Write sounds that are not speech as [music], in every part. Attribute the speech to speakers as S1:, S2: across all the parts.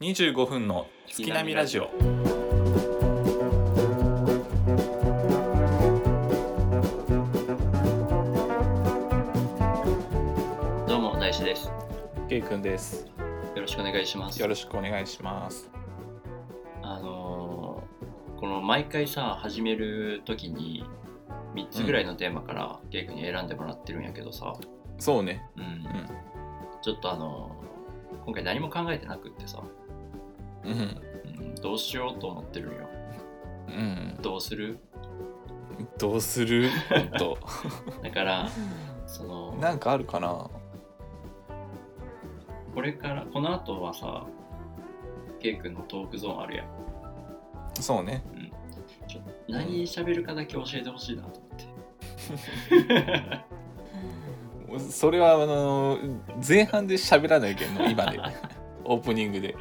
S1: 25分の月並みラジオ
S2: どうも大志です。よ
S1: K 君です
S2: ろしくお願いします
S1: よ。ろしくお願いします
S2: あのーこの毎回さ始める時に3つぐらいのテーマからゲイ君に選んでもらってるんやけどさ、
S1: そうね
S2: うんちょっとあのー今回何も考えてなくってさ、
S1: うん
S2: うんどうしようと思ってるんよ。
S1: うん
S2: どうする
S1: どうす [laughs] るほんと [laughs]
S2: だからその
S1: なんかあるかな
S2: これからこの後はさゲイ君のトークゾーンあるやん。
S1: そうね
S2: ちょ何喋るかだけ教えてほしいなと思って。
S1: それはあの前半で喋らないけど今 [laughs] でオープニングで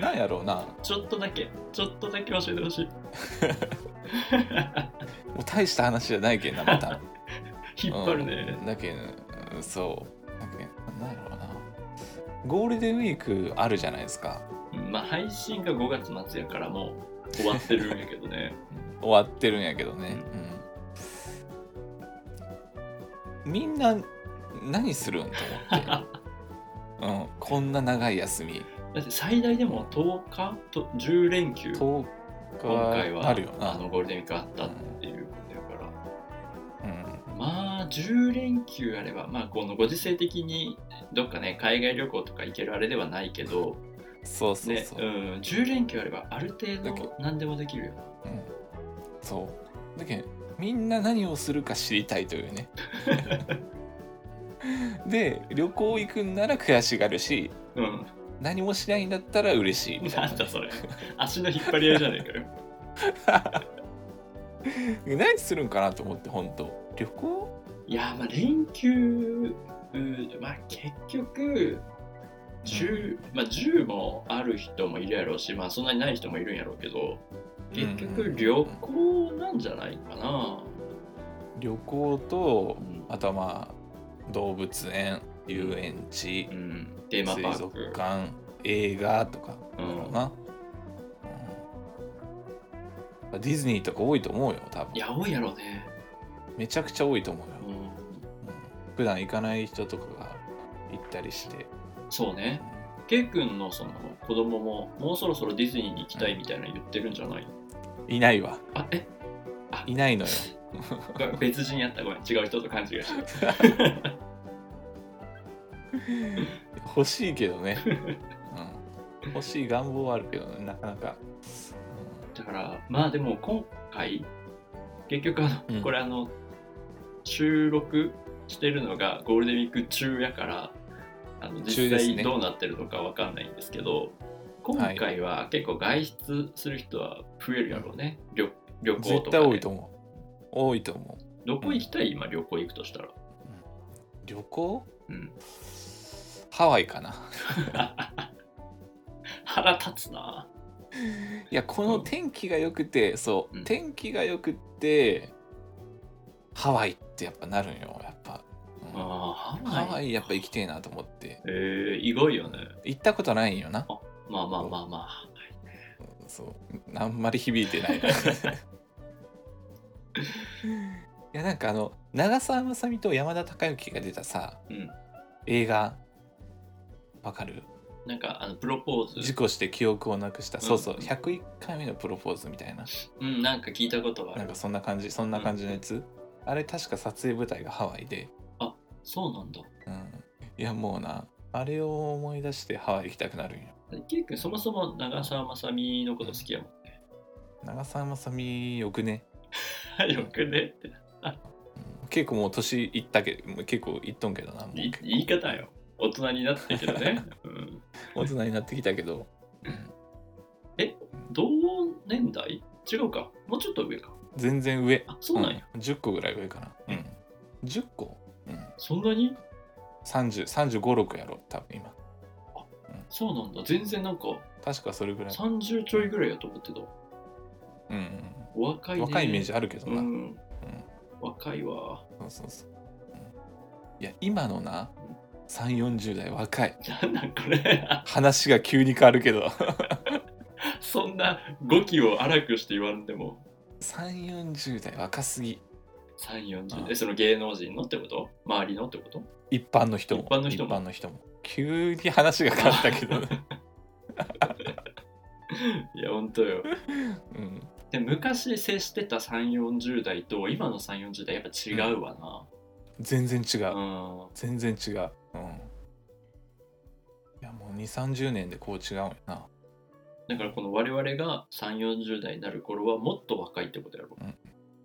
S1: なんやろうな
S2: ちょっとだけちょっとだけ教えてほしい。
S1: もう大した話じゃないけんなま [laughs] た
S2: 引っ張るね。
S1: うんだけんうんそうだけんなんやろうなゴールデンウィークあるじゃないですか
S2: まあ配信が5月末やからもう終わってるんやけど
S1: [laughs]
S2: ね。
S1: 終わってるんやけどね、うんみんな何するんと
S2: [laughs]
S1: 思って、うん、こんな長い休み
S2: だって最大でも10日と10連休今
S1: 10
S2: 回
S1: 日
S2: は
S1: あるよな
S2: あのゴールデンウィークあったっていうことやから
S1: うん
S2: まあ10連休あればまあこのご時世的にどっかね海外旅行とか行けるあれではないけど
S1: そうそう
S2: ね
S1: そうう、
S2: ん10連休あればある程
S1: だけど
S2: 度何でもできるよ。
S1: うんそうだけどみんな何をするか知りたいという
S2: [laughs]
S1: ねで旅行行くんなら悔しがるし
S2: うん、
S1: 何もしないんだったら嬉しいみたい
S2: [laughs] なんだそれ足の引っ張り合いじゃねえかよ。
S1: な何するんかなと思って本当旅行
S2: いやーまあ連休うーまあ結局10、まあ、10もある人もいるやろうし、まあ、そんなにない人もいるんやろうけど結
S1: うんうんう
S2: 局
S1: ん
S2: 旅行なんじゃないかな、
S1: 旅行と
S2: うん
S1: あとはまあ動物園遊園地
S2: うん、テーマ
S1: 水
S2: パー
S1: 族
S2: ク
S1: 館映画とか
S2: うん
S1: な、うんディズニーとか多いと思うよ多分
S2: いや多いやろうね、
S1: めちゃくちゃ多いと思うよ
S2: うん、
S1: 普段行かない人とかが行ったりして
S2: そうねケイ君のその子供ももうそろそろディズニーに行きたいみたいなの言ってるんじゃない
S1: いないわ
S2: あえ [laughs]
S1: いないのよ
S2: が別人やったごめん違う人と勘違いしてた
S1: 欲しいけどね、うん、欲しい願望はあるけどねなかなか
S2: だからまあでも今回結局あの、
S1: うん
S2: これあの収録してるのがゴールデンウィーク中やからあの
S1: 中
S2: 実
S1: ですね
S2: 際どうなってるのかわかんないんですけど今回は結構外出する人は増えるやろうね、旅旅
S1: うん
S2: 行
S1: 絶
S2: と
S1: 対
S2: か、
S1: 多い
S2: ね
S1: と、思う多いと思う
S2: どこ行きたい今旅行行くとしたら、
S1: 旅行
S2: うん、
S1: ハワイかな
S2: 腹立つない
S1: やこの天気が良くてそう、
S2: うん
S1: 天気が良くてハワイってやっぱなるんよやっぱ、うん
S2: あー
S1: ハ
S2: ハ
S1: ワ
S2: ワイ
S1: イやっぱ行きてえなと思って
S2: えー、意外よね
S1: 行ったことないんよな
S2: まあまあまあまあ
S1: そうあんまり響いて
S2: [laughs]
S1: ないないやなんかあの長澤まさみと山田孝之が出たさ、
S2: うん
S1: 映画わかる
S2: なんかあのプロポー
S1: 事
S2: ズ
S1: 故して記憶をなくした、そうそう
S2: うん
S1: 101回目のプロポーズみたいな
S2: うんなんか聞いたことがあ
S1: なん
S2: る
S1: かそんな感じそんな感じのやつ、あれ確か撮影舞台がハワイで、
S2: そうなんだ
S1: うん、いやもうなあれを思い出してハワイ行きたくなるんよ
S2: ケイ君そもそも長澤まさみのこと好きやもんね。
S1: 長澤まさみよくね、
S2: よくねって
S1: うん結構もう年いったけもう結構いっとんけどなもう
S2: い
S1: 結構
S2: 言い方よ。大人になってけど
S1: [laughs]
S2: ね。うん、
S1: 大人になってきたけど
S2: 同年代違うか。もうちょっと上か。
S1: 全然上
S2: あそうなんや。
S1: うん10個ぐらい上かな、うん、10個、うん、
S2: そんなに
S1: 303536やろ多分今
S2: そうなんだ。全然なんか
S1: 確かそれぐらい、
S2: 30ちょいぐらいやと思ってた。
S1: うん
S2: お若
S1: う
S2: い
S1: ん、
S2: ね。
S1: 若いイメージ
S2: あ
S1: あるけど
S2: る
S1: な、
S2: うん。若いわ。
S1: そうそうそう。うんいや今のな3040代若い
S2: なんなんこれ [laughs]
S1: 話が急に変わるけど [laughs]
S2: そんな語気を荒くして言わんでも
S1: 3040代若すぎ
S2: 340
S1: う
S2: でその芸能人のってこと周りのってこと
S1: 一般の人も
S2: 一般の人も
S1: も急に話が変わったけ
S2: [laughs]
S1: ど、
S2: いや本当よ
S1: うん、
S2: で昔接してた340代と今の340代やっぱ違うわ
S1: 全然違
S2: な
S1: う、
S2: うん、
S1: 全然違う、うん、いやもう2 3 0年でこう違うんやな
S2: だからこの我々が340代になる頃はもっと若いってことやろ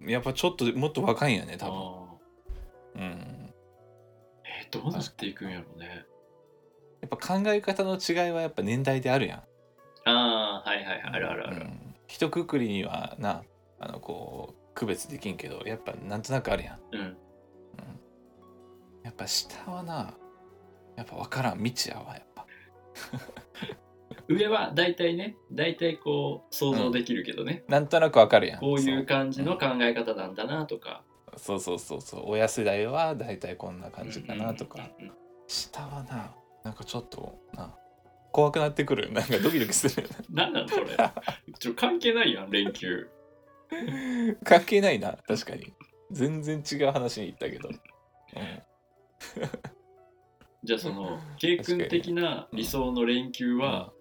S1: やっぱちょっともっと若いんやね多
S2: あ
S1: 分、うん、
S2: ーえーどうなっていくんやろうね
S1: やっぱ考え方の違いはやっぱ年代であるやん
S2: ああはいはいはいあるあるあ
S1: う
S2: る、
S1: ん一括りにはなあのこう区別できんけどやっぱなんとなくあるやん
S2: うん、
S1: やっぱ下はなやっぱ分からん未知やわやっぱ
S2: 上は大体ね大体こう想像できるけどね、
S1: なんとなく分かるやん
S2: こういう感じの考え方なんだなとか
S1: そうそうそうそう親世代は大体こんな感じかなとか、
S2: うんうん
S1: 下はななんかちょっとな怖くなってくるなんかドキドキする
S2: 何なんそれちょ関係ないやん連休
S1: 関係ないな確かに全然違う話に行ったけど、う
S2: じゃあその K 君的な理想の連休
S1: ん、
S2: は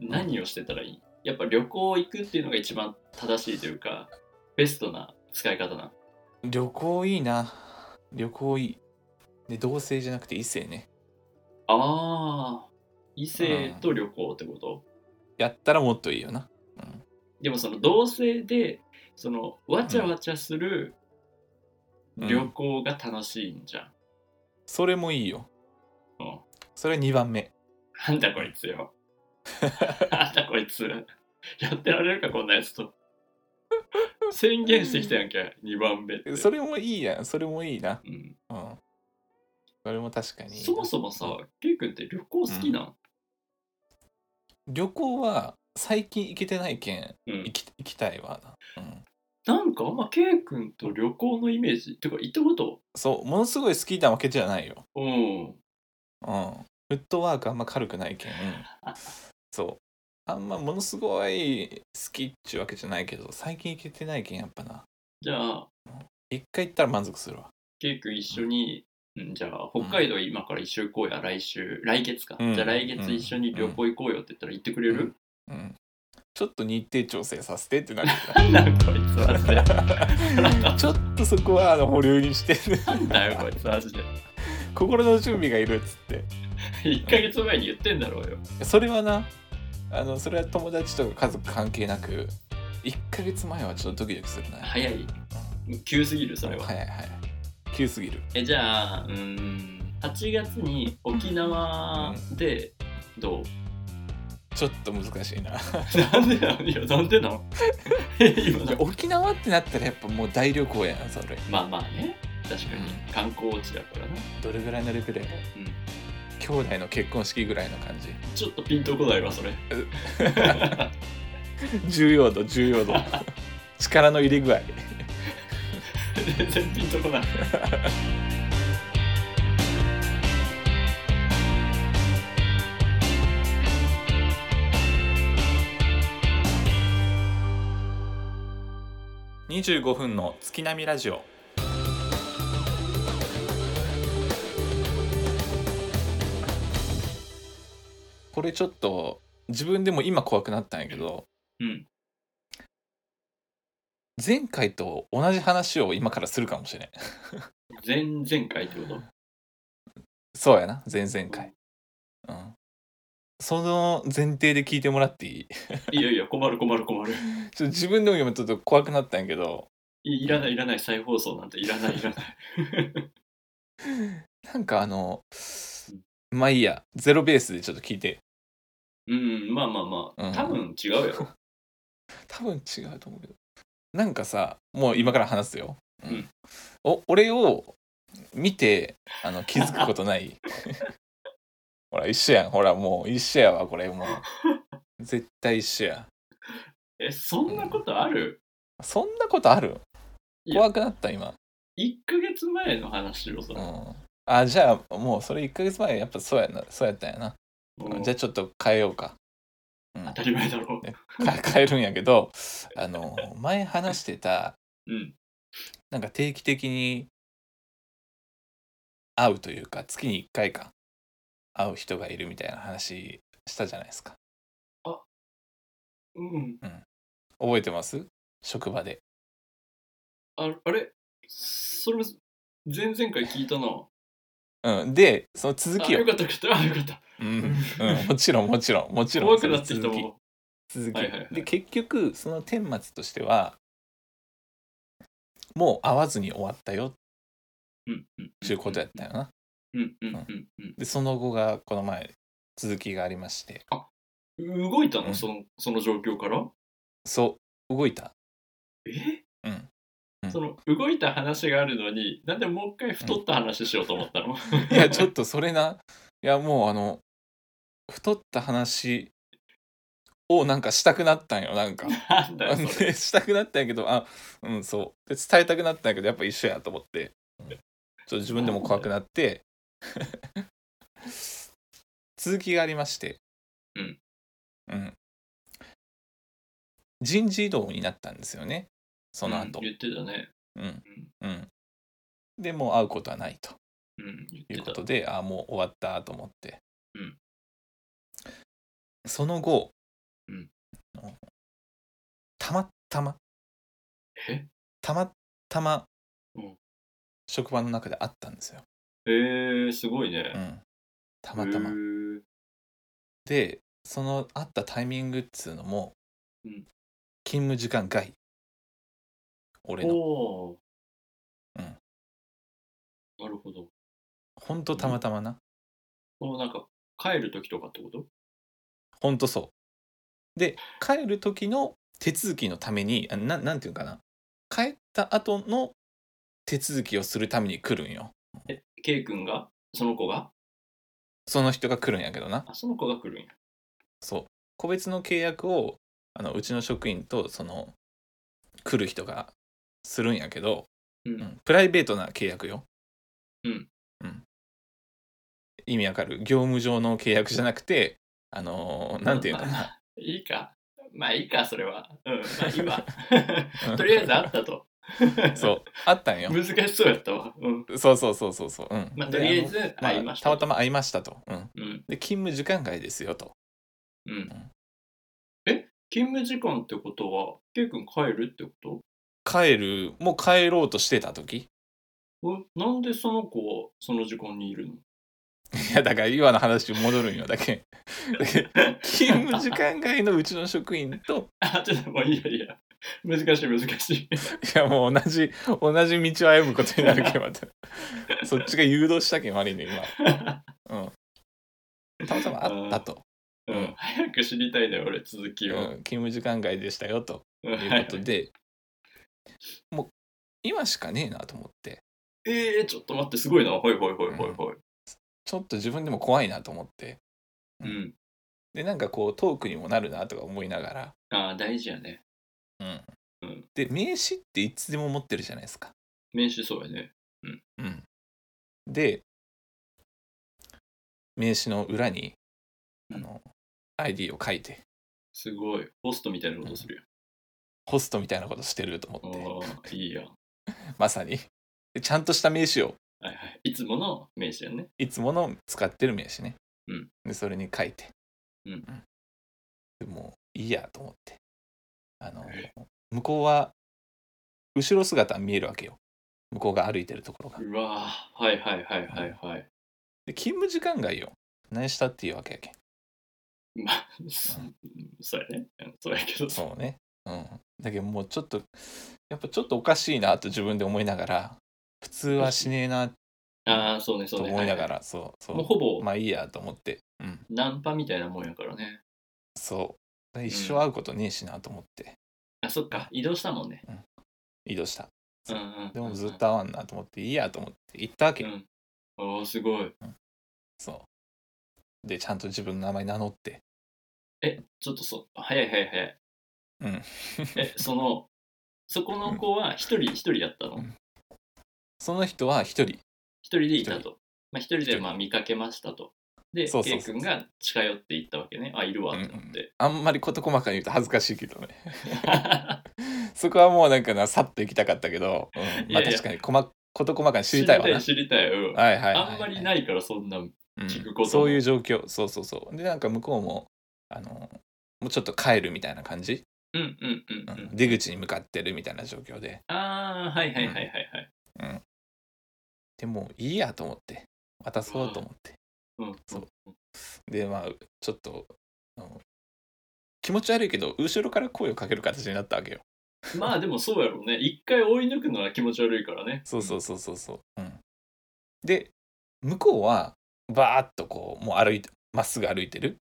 S2: 何をしてたらいい、やっぱ旅行行くっていうのが一番正しいというかベストな使い方な
S1: 旅行いいな旅行いいで同性じゃなくて異性ね
S2: ああ、異性と旅行ってこと、
S1: やったらもっといいよな
S2: でもその同性で、そのわちゃわちゃする
S1: うん
S2: 旅行が楽しいんじゃん。
S1: それもいいよ
S2: うん
S1: それ2番目
S2: なんだこいつよ。なんだこいつ。やってられるか、こんなやつと。宣言してきたやんけ、2番目って。
S1: それもいいやんそれもいいな
S2: うん、
S1: うんそれも確かにいいな
S2: そもそもさ、ケイ君って旅行好きなん、
S1: 旅行は最近行けてないけん
S2: うん
S1: 行き行きたいわな、うん、
S2: なんかあんまケイ君と旅行のイメージってか行ったこと
S1: そうものすごい好きなわけじゃないよ、
S2: うん。
S1: うん、フットワークあんま軽くないけん、うんそうあんまものすごい好きっちゅうわけじゃないけど最近行けてないけんやっぱな
S2: じゃあ、
S1: 一回行ったら満足するわ
S2: ケイ君一緒に、うんじゃあ北海道今から一周行こうや、来週来月か、
S1: うん
S2: じゃあ来月一緒に旅行行こうよって言ったら行ってくれる、
S1: うんちょっと日程調整させてってなるか
S2: なんだよこいつマジで
S1: らちょっとそこはあの保留にして [laughs]
S2: なんだよこいつマジで
S1: 心の準備がいるっつって
S2: 1ヶ月前に言ってんだろうよ
S1: それはなあのそれは友達とか家族関係なく1ヶ月前はちょっとドキドキするな、
S2: 早い急すぎるそれは
S1: 早い早い急すぎる
S2: えじゃあうーん8月に沖縄でどう、 [laughs]
S1: ちょっと難しいな
S2: なんでなんいやなんでなん [laughs] 今の
S1: 沖縄ってなったらやっぱもう大旅行やなそれ
S2: まあまあね確かに観光地だからな、
S1: どれぐらいのレベルやろ
S2: うん、
S1: 兄弟の結婚式ぐらいの感じ
S2: ちょっとピンとこないわそれ
S1: 重要度重
S2: [laughs]
S1: 要度力の入れ具合
S2: 全然ピンとこない。
S1: 25分の月並みラジオこれちょっと自分でも今怖くなったんやけど
S2: うん。
S1: 前回と同じ話を今からするかもしれん
S2: 前々回ってこと
S1: そうやな前々回うんその前提で聞いてもらっていい [laughs]
S2: いやいや、困る困る困る。
S1: ちょっと自分でも今ちょっと怖くなったんやけど
S2: いいらないいらない、再放送なんていらないいらない。
S1: なんかあのまあいいやゼロベースでちょっと聞いて
S2: うん、まあまあま
S1: うん
S2: あ、多分違うやろ。
S1: 多分違うと思うけどなんかさもう今から話すよ、うん
S2: うん
S1: お俺を見てあの気づくことない [laughs] ほら一緒やんほらもう一緒やわこれもう絶対一緒や
S2: え、そんなことある
S1: そんなことある
S2: いや
S1: 怖くなった今、
S2: ?1 ヶ月前の話をさ
S1: う、ん、あじゃあもうそれ1ヶ月前やっぱそうやなそうやったんやな、
S2: もう
S1: じゃあちょっと変えようか、うん
S2: 当たり前だろ
S1: か変えるんやけどあの前話してた
S2: う。うん。
S1: なんか定期的に会うというか月に1回か会う人がいるみたいな話したじゃないですか
S2: うん。
S1: 覚えてます職場で
S2: ああれそれ、前々回聞いたな。
S1: うんでその続
S2: あ、
S1: きよ
S2: よかったよかった。あ、よかった。
S1: うん、うん、もちろんもちろんもちろん
S2: 怖くなってきた
S1: その続き
S2: も
S1: 続き、
S2: はいはいはい
S1: で結局その顛末としてはもう会わずに終わったよ
S2: ん。うんうん。
S1: っていうことやったよな
S2: うんうんうんうん。
S1: でその後がこの前続きがありまして
S2: 動いた
S1: うん
S2: のそのその状況から
S1: そう動いた
S2: え
S1: うんうん
S2: その動いた話があるのになんでもう一回太った話しようと思ったの
S1: いやちょっとそれないやもうあの太った話をなんかしたくなったんよなんか
S2: [laughs] なんだよそれ
S1: でしたくなったんやけどあうんそうで伝えたくなったんやけどやっぱ一緒やと思って、うんちょっと自分でも怖くなって [laughs] 続きがありまして
S2: うん、
S1: うん、人事異動になったんですよねその
S2: う
S1: 後
S2: ん、言ってたね
S1: うんうん、でもう会うことはないと
S2: うん言っ
S1: い
S2: て
S1: うこ
S2: た
S1: とでああもう終わったと思って、
S2: うん
S1: その後、
S2: うん
S1: あのたまたま
S2: え
S1: たまたま、
S2: うん
S1: 職場の中で会ったんですよ、
S2: えー、すごいね
S1: う、ん、たまたま、
S2: へー
S1: でその会ったタイミングっつうのも、
S2: うん
S1: 勤務時間外俺の
S2: おお、
S1: うん
S2: なるほど
S1: ほんとたまたまな、
S2: もうなんか帰る時とかってこと
S1: ほんとそう。で帰る時の手続きのためにあななんていうかな帰った後の手続きをするために来るんよ。
S2: え K 君がその子が
S1: その人が来るんやけどな
S2: あその子が来るんや
S1: そう個別の契約をあのうちの職員とその来る人がするんやけど、
S2: う
S1: うんんプライベートな契約よ。
S2: うん
S1: うん意味わかる業務上の契約じゃなくてあのーなんていうか
S2: まあま
S1: な
S2: あいいかまあいいかそれはうんまあいい
S1: [laughs]
S2: わ [laughs] とりあえずあったと
S1: そうあったんよ。
S2: [laughs] 難しそうやったわうん
S1: そうそうそうそうそう。うん、
S2: まあ、と
S1: で
S2: りあえ
S1: の
S2: ず
S1: まあ
S2: 会いましたた
S1: ま
S2: と。
S1: たま会いましたと、うん、
S2: うん。
S1: で勤務時間外ですよと
S2: うん。え勤務時間ってことは、ケイ君帰るってこ
S1: 帰るもう帰ろうとしてた時 [laughs]
S2: とえなんでその子はその時間にいるの [laughs]
S1: いやだから今の話に戻るんよだけ [laughs] だけ勤務時間外のうちの職員と
S2: あ、ちょっともういいやいいや。難しい難しい。
S1: いやもう同じ同じ道を歩むことになるけどまた [laughs] そっちが誘導したけん悪いね今、うん、たまたま会ったと、
S2: うん。早く知りたいだよ、俺、続き
S1: うん、
S2: を。
S1: 勤務時間外でしたよと
S2: うん
S1: いう
S2: は
S1: こ
S2: い
S1: とでもう今しかねえなと思って
S2: えー、ちょっと待って、すごいな。ほいほいほいほいほい。
S1: ちょっと自分でも怖いなと思って
S2: うん。
S1: でなんかこうトークにもなるなとか思いながら、
S2: ああ、大事やね。うん
S1: で名刺っていつでも持ってるじゃないですか、
S2: 名刺そうやね。
S1: うん、で名刺の裏にあの ID を書いて
S2: すごい。ホストみたいなことする
S1: ホストみたいなことしてると思
S2: やん。
S1: って
S2: ああ、いいやん。は
S1: まさにでちゃんとした名刺を
S2: いはい。いつもの名刺やね。
S1: いつもの使ってる名刺ね、
S2: うん
S1: でそれに書いて、
S2: うん
S1: でもういいやと思ってあの
S2: え
S1: 向こうは後ろ姿見えるわけよ向こうが歩いてるところが
S2: うわーはいはいはいはいはい。
S1: で勤務時間外よ何したっていうわけやけん
S2: まあ、そそうやね。うんそうやけど。
S1: そうねうんだけどもうちょっとやっぱちょっとおかしいなと自分で思いながら普通はしねえな
S2: ああ、そうね、そ
S1: と
S2: うね。
S1: 思いな
S2: は
S1: が
S2: は
S1: らそうそ
S2: もう
S1: う
S2: ほぼ、
S1: まあいいやと思ってうん
S2: ナンパみたいなもんやからね。
S1: そう一生会うことねえしなと思って
S2: あ、そっか、移動したもんね。
S1: 移動した
S2: う
S1: そ
S2: ん
S1: う
S2: うんうん、
S1: でもずっと会わんなと思って、いいやと思って行ったわけ。
S2: うん。おお、すごい。
S1: そう。で、ちゃんと自分の名前名乗って。
S2: え、ちょっとそ、早い早い早い。
S1: うん。
S2: え、その、そこの子は一人一人やったの
S1: うんその人は一人。
S2: 一人でいたと。まあ、一人でまあ見かけましたと。で、
S1: そうそう
S2: K
S1: そう
S2: 君が近寄っていったわけね。あ、いるわってなって。
S1: あんまり事細かに言うと恥ずかしいけどね [laughs]
S2: [laughs]
S1: そこはもうなんかなさっと行きたかったけど、うんまあ
S2: いやいや
S1: 確かに細事細かに知りたいわな
S2: 知りたい、知りたい。うん
S1: はいはいはいはい
S2: あんまりないから、そんな。聞く
S1: う
S2: ことも
S1: ん、そういう状況そうそうそうでなんか向こうもあのもうちょっと帰るみたいな感じ、
S2: うんうんうん
S1: う
S2: うんん。
S1: 出口に向かってるみたいな状況で
S2: ああ、はいはいはいはいはい。
S1: でもういいやと思って渡そうと思って
S2: うん、
S1: そうでまあちょっとあの気持ち悪いけど後ろから声をかける形になったわけよ
S2: まあでもそうやろうね。一回追い抜くのは気持ち悪いからね。
S1: そうそうそうそうそう、うん、で向こうはバーッとこうもう歩いてまっすぐ歩いてる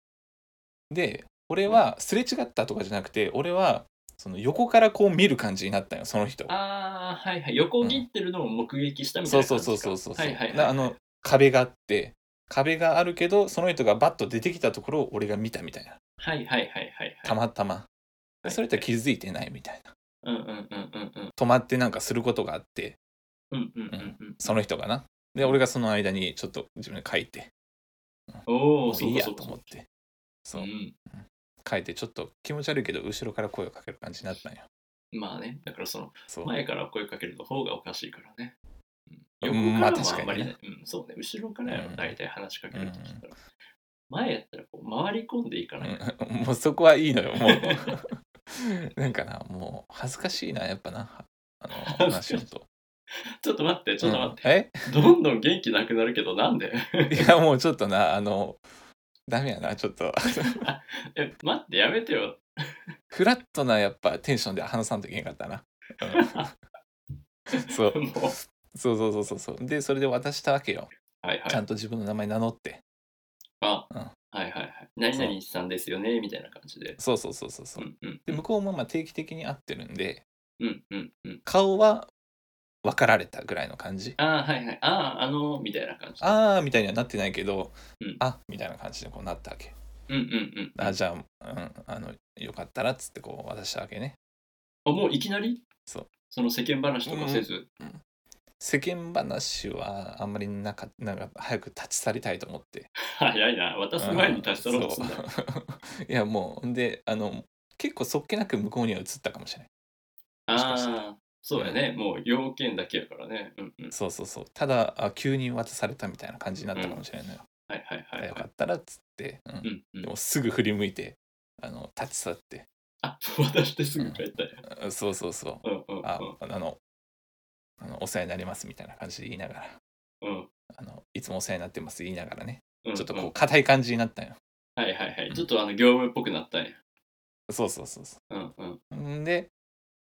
S1: で俺はすれ違ったとかじゃなくて俺はその横からこう見る感じになったよその人を
S2: ああ、はいはい。横切ってるのを目撃したみた
S1: そ
S2: いうな
S1: そ
S2: 感
S1: う
S2: じか。
S1: そうそうそう、
S2: はいはい、
S1: な
S2: はい。
S1: あの壁があって壁があるけどその人がバッと出てきたところを俺が見たみたいな
S2: はいはいはいはい。
S1: たまたまで
S2: はい
S1: それとは気づいてないみたいな
S2: うんうんうんうんうん。
S1: 止まってなんかすることがあって
S2: うんうんうんうん。
S1: その人がなで俺がその間にちょっと自分で書いて
S2: お
S1: も
S2: お、
S1: う
S2: そ
S1: いうい
S2: か
S1: や
S2: そう
S1: と
S2: か
S1: 思
S2: そ
S1: っ
S2: う
S1: て
S2: か。。
S1: そううん書いてちょっと気持ち悪いけど後ろから声をかける感じになったんよ
S2: まあね、だからその
S1: そう
S2: 前から声かける方がおかしいからね。
S1: う
S2: 横
S1: ん
S2: か
S1: まあ
S2: らもあんま
S1: 確かに
S2: り
S1: ね
S2: ね、うん、そうね、後ろからや
S1: う
S2: ろ
S1: ん、
S2: 大体話しかけるとしたら。前やったらこう回り込んでいかないと。
S1: うん [laughs] もうそこはいいのよもう [laughs] なんかなもう恥ずかしいなやっぱなあの話
S2: 恥ずかしい
S1: をと
S2: ちょっと待って、ちょっと待って。
S1: うんえ
S2: どんどん元気なくなるけど、なんで
S1: [laughs]
S2: [laughs]
S1: いやもうちょっとなあのダメやなちょっと [laughs]
S2: え待って、やめてよ。
S1: フラットなやっぱテンションで話さんといけんかったな、
S2: [laughs]
S1: うんそ
S2: も
S1: う
S2: う。
S1: そうそうそうそうそうでそれで渡したわけよ、
S2: はいは
S1: ちゃ
S2: い。
S1: んと自分の名前名乗って
S2: あ、
S1: うん
S2: はいはいはい。何々さんですよね、みたいな感じで。
S1: そうそうそうそうそううん
S2: うん
S1: で向こうもまあ定期的に会ってるんで
S2: うんうんうん。
S1: 顔は分かられたぐらいの感じ
S2: ああ、はいはい。ああ、あのー、みたいな感じ。
S1: あーみたいにはなってないけど、
S2: うん
S1: あみたいな感じでこうなったわけ
S2: うんうんうん。
S1: あ
S2: あ
S1: じゃあ,、うん、あのよかったらっつってこう渡したわけね
S2: もういきなり
S1: そう
S2: その世間話とかせず。
S1: 世間話はあんまりなかなんか早く立ち去りたいと思って
S2: [laughs] 早いな。渡す [laughs] 前に足したろうとすんだ
S1: うんそう [laughs] いやもうであの結構そっけなく向こうには移ったかもしれない
S2: あ
S1: しかし
S2: あー、そうやね。もう要件だけやからね。うんうん。
S1: そうそうそうただあ急に渡されたみたいな感じになったかもしれないのよ、
S2: はいはいはい、
S1: あ
S2: はい。
S1: よかったらっつって、うん
S2: うんうん
S1: で、もすぐ振り向いてあの立ち去って
S2: あ渡してすぐ帰ったよ。
S1: あそうそうそう
S2: うんうんうん
S1: ああのあのお世話になりますみたいな感じで言いながら
S2: うん
S1: あのいつもお世話になってます言いながらね
S2: うん。
S1: ちょっと
S2: う
S1: こ
S2: ん
S1: う硬い感じになったんよ、
S2: はいはいはい。ちょっとあの業務っぽくなったんや。
S1: そうそうそうそ
S2: うんうん。
S1: うんで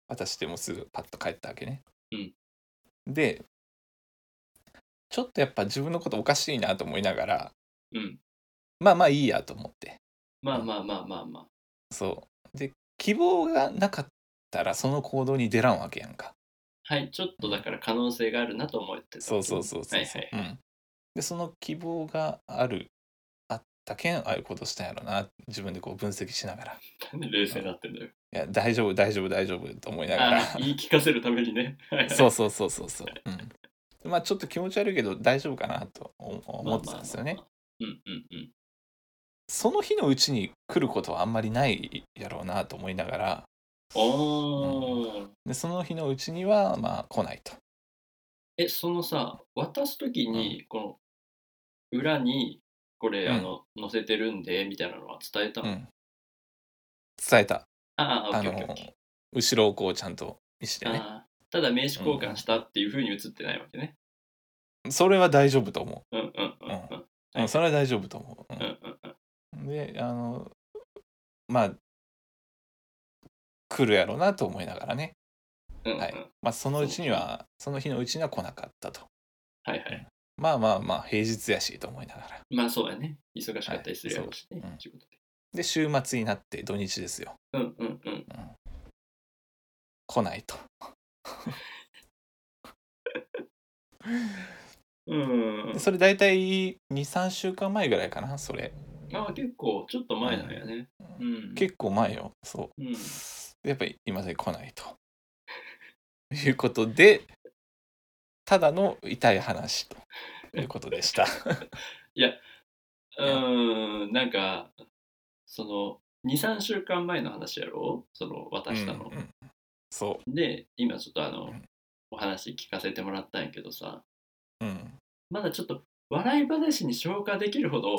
S1: 私でもうすぐパッと帰ったわけね、
S2: うん
S1: でちょっとやっぱ自分のことおかしいなと思いながら
S2: うん。
S1: まあまあいいやと思って
S2: まあまあまあまあまあ。
S1: そうで希望がなかったらその行動に出らんわけやんか
S2: はい、ちょっとだから可能性があるなと思ってた。
S1: そうそうそうそう
S2: はい
S1: そ
S2: は
S1: う
S2: い。
S1: うんでその希望があるあったけんああいうことしたんやろな自分でこう分析しながらい
S2: なんで冷静になってんだよ。
S1: や大丈夫大丈夫大丈夫と思いながら
S2: ああ、言い聞かせるためにね。はいはい
S1: [laughs] そうそうそうそうそう。うん、まあちょっと気持ち悪いけど大丈夫かなと思思ってたんですよね。。
S2: まあまあまあまあうんうんうん。
S1: その日のうちに来ることはあんまりないやろうなと思いながら
S2: おー
S1: でその日のうちにはまあ来ないと。
S2: え、そのさ、渡すときに、この裏に、これ、
S1: うん
S2: あの、載せてるんで、みたいなのは伝えた
S1: う
S2: の、
S1: ん、伝えた。
S2: ああ、オッ
S1: あ
S2: ケーオッケーオ
S1: の
S2: ッケー
S1: 後ろをこうちゃんと見してね。
S2: ああただ名刺交換したっていうふうに映ってないわけね。
S1: それは大丈夫と思
S2: うんうんうんうん。
S1: う。うん、それは大丈夫と思う。
S2: うんうんうん。
S1: うん、であのまあ来るやろうなと思いながらね、
S2: うんうん
S1: は
S2: はいい
S1: まあ、そのうちにはその日のうちには来なかったと。
S2: はい。
S1: まあまあまあ平日やしと思いながら。
S2: まあそうやね。忙しかったりするやろうしね
S1: はいそううん。
S2: 仕事で
S1: で週末になって土日ですよ。
S2: うんうんうん。
S1: 来ないと。
S2: うん
S1: でそれ大体23週間前ぐらいかなそれ。
S2: ああ、結構、ちょっと前なんやね。うん。
S1: 結構前よ。そう。
S2: うん
S1: でやっぱり今まで来ないと。いうことでただの痛い話と。ということで [laughs] した。
S2: うーん、なんか、その、2、3週間前の話やろその、渡したの
S1: うん。うんそ
S2: で、今ちょっとあの
S1: うん、
S2: お話聞かせてもらったんやけどさ、
S1: う。うん。
S2: まだちょっと、笑い話に消化できるほ [laughs] ど、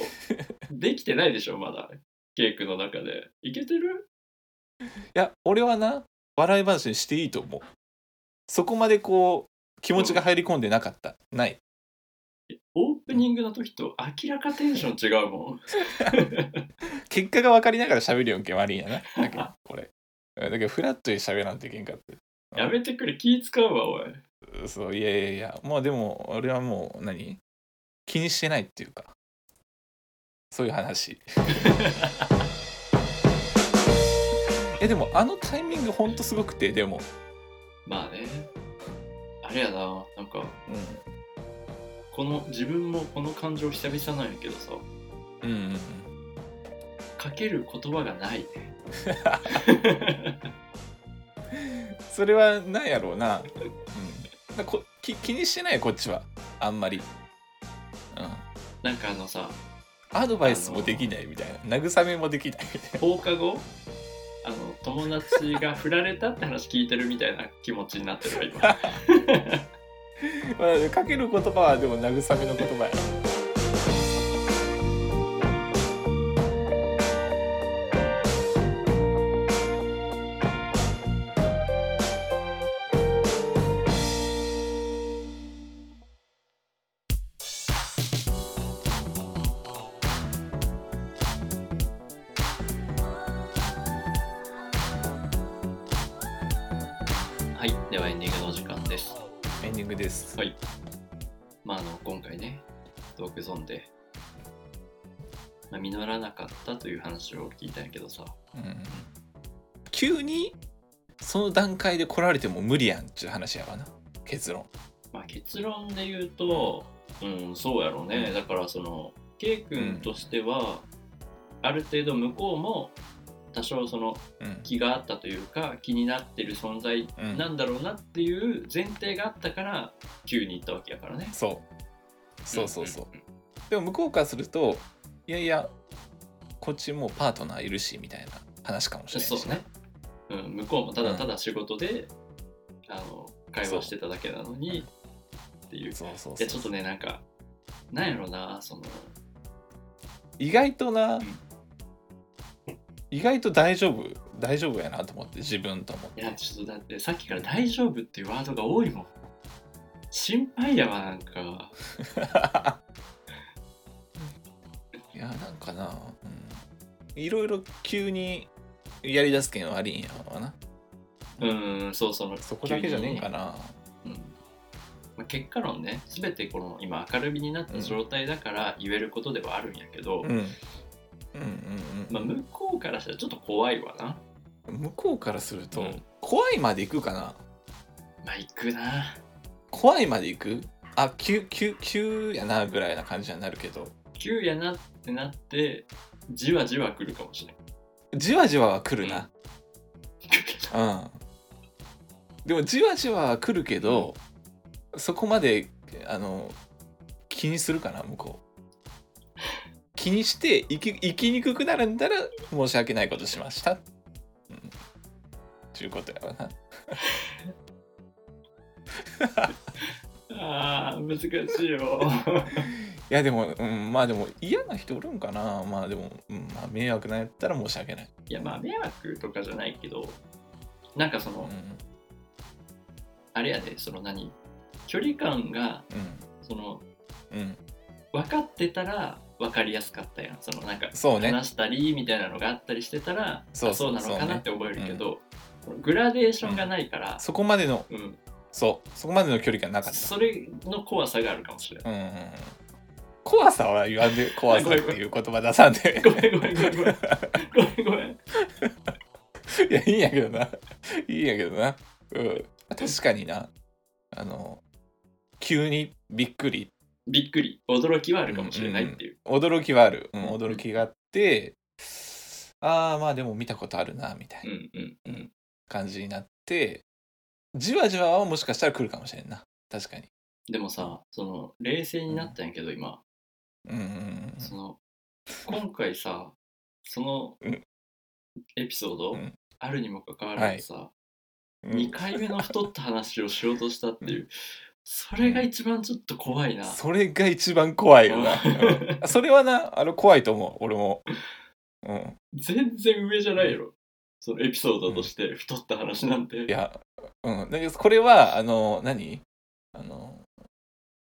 S2: できてないでしょ、まだ。ケイ君の中で。いけてる
S1: いや、俺はな、笑い話にしていいと思う。そこまでこう、気持ちが入り込んでなかった。ない。
S2: オープニングの時と明らかテンション違うもん。
S1: 結果が分かりながら喋るよんけん悪いんやな。だ [laughs] けど、これ。だけど、フラットに喋らんといけんかって。
S2: やめてくれ、気使うわ、おい。
S1: そう、いやいやいや、もうでも、俺はもう何、気にしてないっていうか、そういう [laughs] 話。え、でも、あのタイミング、ほんとすごくて、でも、
S2: まあね。あれやな、なんか、
S1: う
S2: この、自分もこの感情久々なんやけどさ、
S1: ん、うん、うん、
S2: かける言葉がない。
S1: それはなんやろうな、うん、だこ気気にしてないこっちはあんまり、うん、
S2: なんかあのさ、
S1: アドバイスもできないみたいな慰めもできないみたい
S2: 放課後、あの友達が振られたって話聞いてるみたいな気持ちになってるわ、今。
S1: な、 [laughs] まあ、かける言葉はでも慰めの言葉や
S2: [laughs] はい、ではエンディングのお時間です。
S1: エンディングです、
S2: はいまあ、あの今回ね、トークゾーンで、まあ、実らなかったという話を聞いたんやけどさ、
S1: うん、急にその段階で来られても無理やんっちゅう話やわな結論
S2: まあ、結論で言うと、うん、そうやろうね。だから、その、K 君としては、ある程度向こうも、多少その
S1: うん
S2: 気があったというか気になってる存在
S1: うん
S2: なんだろうなっていう前提があったから急に行ったわけやからね。
S1: そうそうそうそう、
S2: んんん
S1: でも向こうからするといやいやこっちもうパートナーいるしみたいな話かもしれないし
S2: そうね、うん。向こうもただただ仕事で、あの会
S1: そう
S2: 話してただけなのにっていう。い
S1: そうそうそう
S2: やちょっとねなんかなんやろなその
S1: 意外とな、
S2: ん
S1: 意外と大丈夫大丈夫やなと思って自分と思っ
S2: い
S1: て
S2: やちょっとだってさっきから「大丈夫」っていうワードが多いもん。心配やわなんか。
S1: いやなんかな、うん、いろいろ急にやりだすけんはありんやわな
S2: うんそうその
S1: そこだけじゃねえんか
S2: な。
S1: な、
S2: うんまあ、結果論ね全てこの今明るみになった状態だから言えることではあるんやけど、
S1: うん、うんうんうん
S2: まあ、向こうからしたらちょっと怖いわな
S1: 向こうからすると、
S2: うん
S1: 怖いまで行くかな
S2: まあ行くな
S1: 怖いまで行くあ急急急やなぐらいな感じになるけど
S2: 急やなってなってじわじわ来るかもしれない
S1: じわじわは来るなうんでもじわじわは来るけどそこまであの気にするかな向こう気にして行き行きにくくなるんだら申し訳ないことしましたうんちゅうことやわな
S2: あー難しいよ
S1: いやでも、うん、まあでも嫌な人おるんかなまあでも、うんまあ、迷惑なんやったら申し訳ない、
S2: [laughs] いやまあ迷惑とかじゃないけどなんかその、
S1: う
S2: あれやでその何距離感が
S1: ん
S2: その
S1: うんうん、
S2: 分かってたら分かりやすかったやんそのなんか
S1: そうね
S2: 話したりみたいなのがあったりしてたら
S1: そう
S2: あそうな
S1: そ
S2: の
S1: う
S2: か
S1: ね
S2: なって覚えるけど、グラデーションがないから、
S1: そこまでの
S2: うん
S1: そうそこまでの距離感なかった
S2: それの怖さがあるかもしれない。
S1: うんうんうん怖さは言わんで怖さっていう言葉出さんで [laughs]
S2: ごめんごめんごめんごめんごめんごめん
S1: いやいいんやけどないいんやけどなうん確かになあの急にびっくり
S2: びっくり驚きはあるかもしれないっていう、
S1: 驚きはある、うん、
S2: うん
S1: 驚きがあってああまあでも見たことあるなみたいうなん
S2: うんうん、
S1: 感じになってじわじわはもしかしたら来るかもしれんな確かに
S2: でもさその冷静になったんやけど今、
S1: うんうんうん
S2: その今回さその
S1: うん
S2: エピソード、
S1: うん
S2: あるにもかかわらずさ、
S1: うん
S2: 2回目の太った話をしようとしたっていう、それが一番ちょっと怖いな。
S1: それが一番怖いよな、 [laughs]
S2: うん
S1: うんそれはなあの怖いと思う俺も、うん、
S2: 全然上じゃないやろ。そのエピソードとして太った話なんて。
S1: いや、うん、だけどこれはあの何あの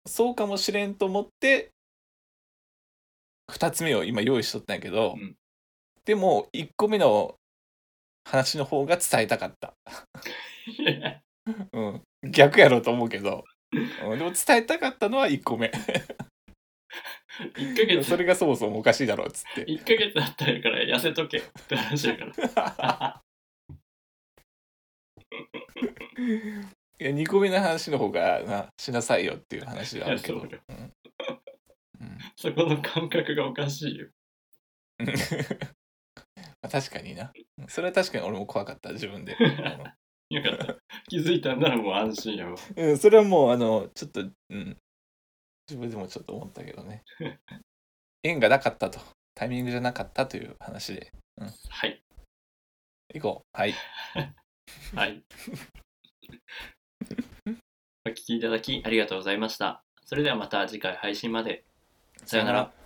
S1: そうかもしれんと思って2つ目を今用意しとったんやけど、
S2: うん
S1: でも1個目の話の方が伝えたかった、うん、逆やろうと思うけど、うん、でも伝えたかったのは1個目
S2: 1ヶ月
S1: それがそもそもおかしいだろうっつって
S2: 一ヶ月あったんやから痩せとけって話やから。
S1: いや2個目の話の方がなしなさいよっていう話はあるけ
S2: い
S1: ど
S2: やそうよ
S1: うんうん
S2: そこの感覚がおかしいよ。
S1: [laughs] うんまあ確かになそれは確かに俺も怖かった自分で、
S2: よかった。気づいたんならもう安心やわ。
S1: うん、それはもうあのちょっと、うん、自分でもちょっと思ったけどね縁がなかったとタイミングじゃなかったという話で
S2: はい。
S1: いこうはい
S2: はい。お聞きいただきありがとうございました。それではまた次回配信まで。さよなら。